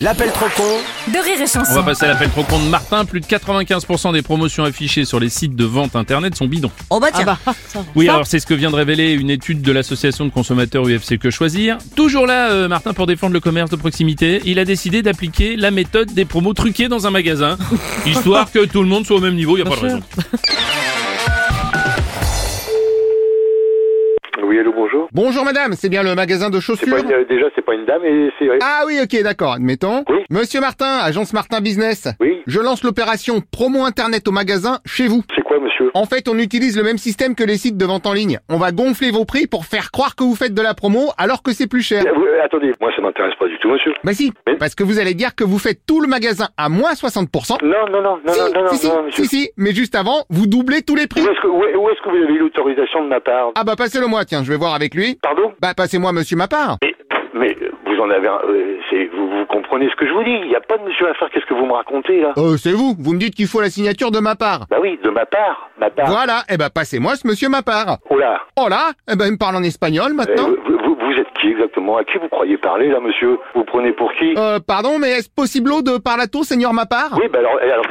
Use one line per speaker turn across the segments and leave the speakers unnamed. L'appel trop con
de rire et
On
chanson.
va passer à l'appel trop con de Martin. Plus de 95% des promotions affichées sur les sites de vente internet sont bidons.
Oh bah tiens,
Oui, alors c'est ce que vient de révéler une étude de l'association de consommateurs UFC Que Choisir. Toujours là, euh, Martin, pour défendre le commerce de proximité, il a décidé d'appliquer la méthode des promos truquées dans un magasin, histoire que tout le monde soit au même niveau, il n'y a pas de raison.
Oui, allô, bonjour.
Bonjour madame, c'est bien le magasin de
C'est pas
chaussures
une- déjà, c'est pas une dame et c'est.
Ah oui, ok, d'accord, admettons.
Oui.
Monsieur Martin, agence Martin Business.
Oui.
Je lance l'opération promo internet au magasin chez vous.
C'est quoi, monsieur
En fait, on utilise le même système que les sites de vente en ligne. On va gonfler vos prix pour faire croire que vous faites de la promo alors que c'est plus cher.
Ah, vous- Attendez, moi, ça m'intéresse pas du tout, monsieur.
Bah si,
Mais-
parce que vous allez dire que vous faites tout le magasin à moins 60%.
Non, non, non, non,
si,
non, non,
si,
non,
si,
non, monsieur.
si, si, mais juste avant, vous doublez tous les prix.
Où est-ce que, où est- où est-ce que vous avez eu l'autorisation de ma part
Ah bah passez-le moi, tiens, je vais voir avec lui.
Pardon
Bah passez-moi monsieur ma part.
mais, mais vous en avez un. euh, c'est- vous, vous comprenez ce que je vous dis Il n'y a pas de monsieur à faire. Qu'est-ce que vous me racontez, là
Euh, c'est vous, vous me dites qu'il faut la signature de ma part.
Bah oui, de ma part. Ma
Ah.
part.
Voilà, eh ben passez-moi ce monsieur ma part.
Oh là
Oh là, eh ben, il me parle en espagnol
Eh,
maintenant.
vous, vous- vous êtes qui exactement À qui vous croyez parler, là, monsieur Vous prenez pour qui
Euh, pardon, mais est-ce possible de parler à tout, seigneur ma part
Oui, bah alors. eh, alors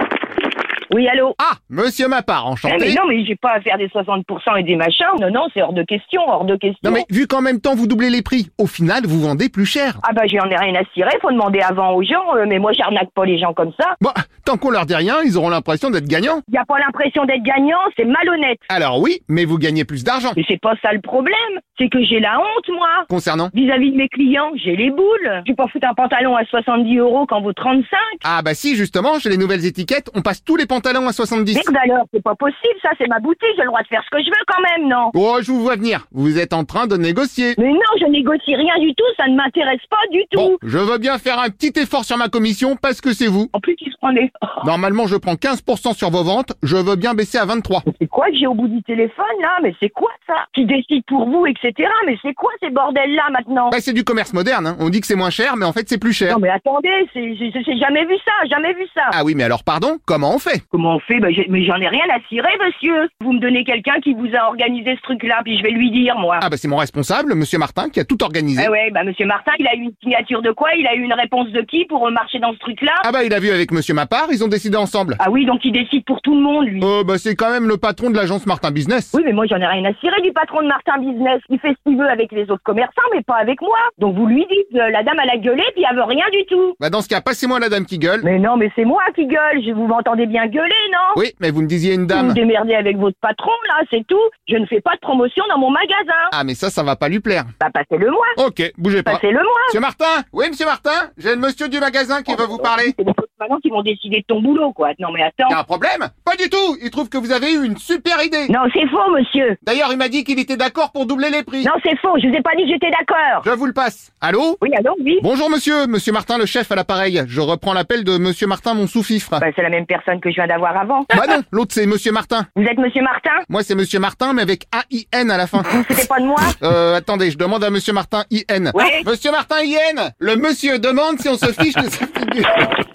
Oui, allô
Ah, monsieur ma part,
Eh, Mais
enchanté.
non, mais j'ai pas à faire des 60% et des machins. Non, non, c'est hors de question, hors de question.
Non mais vu qu'en même temps vous doublez les prix, au final vous vendez plus cher.
Ah bah j'en ai rien à cirer, faut demander avant aux gens, euh, mais moi j'arnaque pas les gens comme ça.
Bon, tant qu'on leur dit rien, ils auront l'impression d'être gagnants.
Y a pas l'impression d'être gagnant, c'est malhonnête.
Alors oui, mais vous gagnez plus d'argent.
Mais c'est pas ça le problème, c'est que j'ai la honte moi.
Concernant
Vis-à-vis de mes clients, j'ai les boules. Je vais pas foutre un pantalon à 70 euros quand vaut 35.
Ah bah si, justement, chez les nouvelles étiquettes, on passe tous les pantalons à 70.
Merde alors, c'est pas possible, ça c'est ma boutique, j'ai le droit de faire ce que je veux quand même, non
Oh, je vous vois venir. Vous êtes en train de négocier.
Mais non, je négocie rien du tout, ça ne m'intéresse pas du tout.
Bon, je veux bien faire un petit effort sur ma commission parce que c'est vous.
En plus, il se prend des...
Normalement, je prends 15% sur vos ventes, je veux bien baisser à 23.
C'est quoi que j'ai au bout du téléphone là Mais c'est quoi ça Qui décide pour vous, etc. Mais c'est quoi ces bordels là maintenant
Bah, c'est du commerce moderne, hein. on dit que c'est moins cher, mais en fait c'est plus cher.
Non mais attendez, c'est j'ai j'ai- j'ai jamais vu ça, jamais vu ça.
Ah oui, mais alors pardon, comment on fait
Comment on fait Bah, j'ai- Mais j'en ai rien à cirer, monsieur. Vous me donnez quelqu'un qui vous a organisé ce truc là, puis je vais lui dire moi.
Ah bah c'est mon responsable, monsieur Martin, qui a tout organisé.
Eh ouais, bah Monsieur Martin, il a eu une signature de quoi Il a eu une réponse de qui pour euh, marcher dans ce truc là
Ah bah il a vu avec monsieur Mapart, ils ont décidé ensemble.
Ah oui, donc il décide pour tout le monde lui.
Oh bah c'est quand même le patron de l'agence Martin Business.
Oui, mais moi j'en ai rien à cirer du patron de Martin Business. Il fait ce qu'il veut avec les autres commerçants, mais pas avec moi. Donc vous lui dites, euh, la dame elle a gueulé, puis elle veut rien du tout.
Bah dans ce cas, passez-moi la dame qui gueule.
Mais non, mais c'est moi qui gueule. Je vous m'entendez bien gueuler, non
Oui, mais vous me disiez une
Vous vous
dame.
démerdez avec votre patron, là, c'est tout. Je ne fais pas de promotion dans mon magasin.
Ah mais ça, ça va pas lui plaire.
Bah, passez-le moi.
Ok, bougez pas.
Passez-le moi.
Monsieur Martin Oui, monsieur Martin J'ai le monsieur du magasin qui veut vous parler.
C'est les autres maintenant qui vont décider de ton boulot, quoi. Non, mais attends.
Y a un problème Pas du tout Il trouve que vous avez eu une super idée
Non, c'est faux, monsieur.
D'ailleurs, il m'a dit qu'il était d'accord pour doubler les prix.
Non, c'est faux. Je vous ai pas dit que j'étais d'accord.
Je vous le passe. Allô
Oui, alors, oui.
Bonjour monsieur, monsieur Martin le chef à l'appareil. Je reprends l'appel de monsieur Martin mon sous-fifre.
Bah, c'est la même personne que je viens d'avoir avant.
Bah non, l'autre c'est monsieur Martin.
Vous êtes monsieur Martin
Moi c'est monsieur Martin mais avec A-I-N à la fin.
C'était pas de moi
Euh, attendez, je demande à monsieur Martin I-N.
Ouais.
Monsieur Martin I-N Le monsieur demande si on se fiche de sa figure.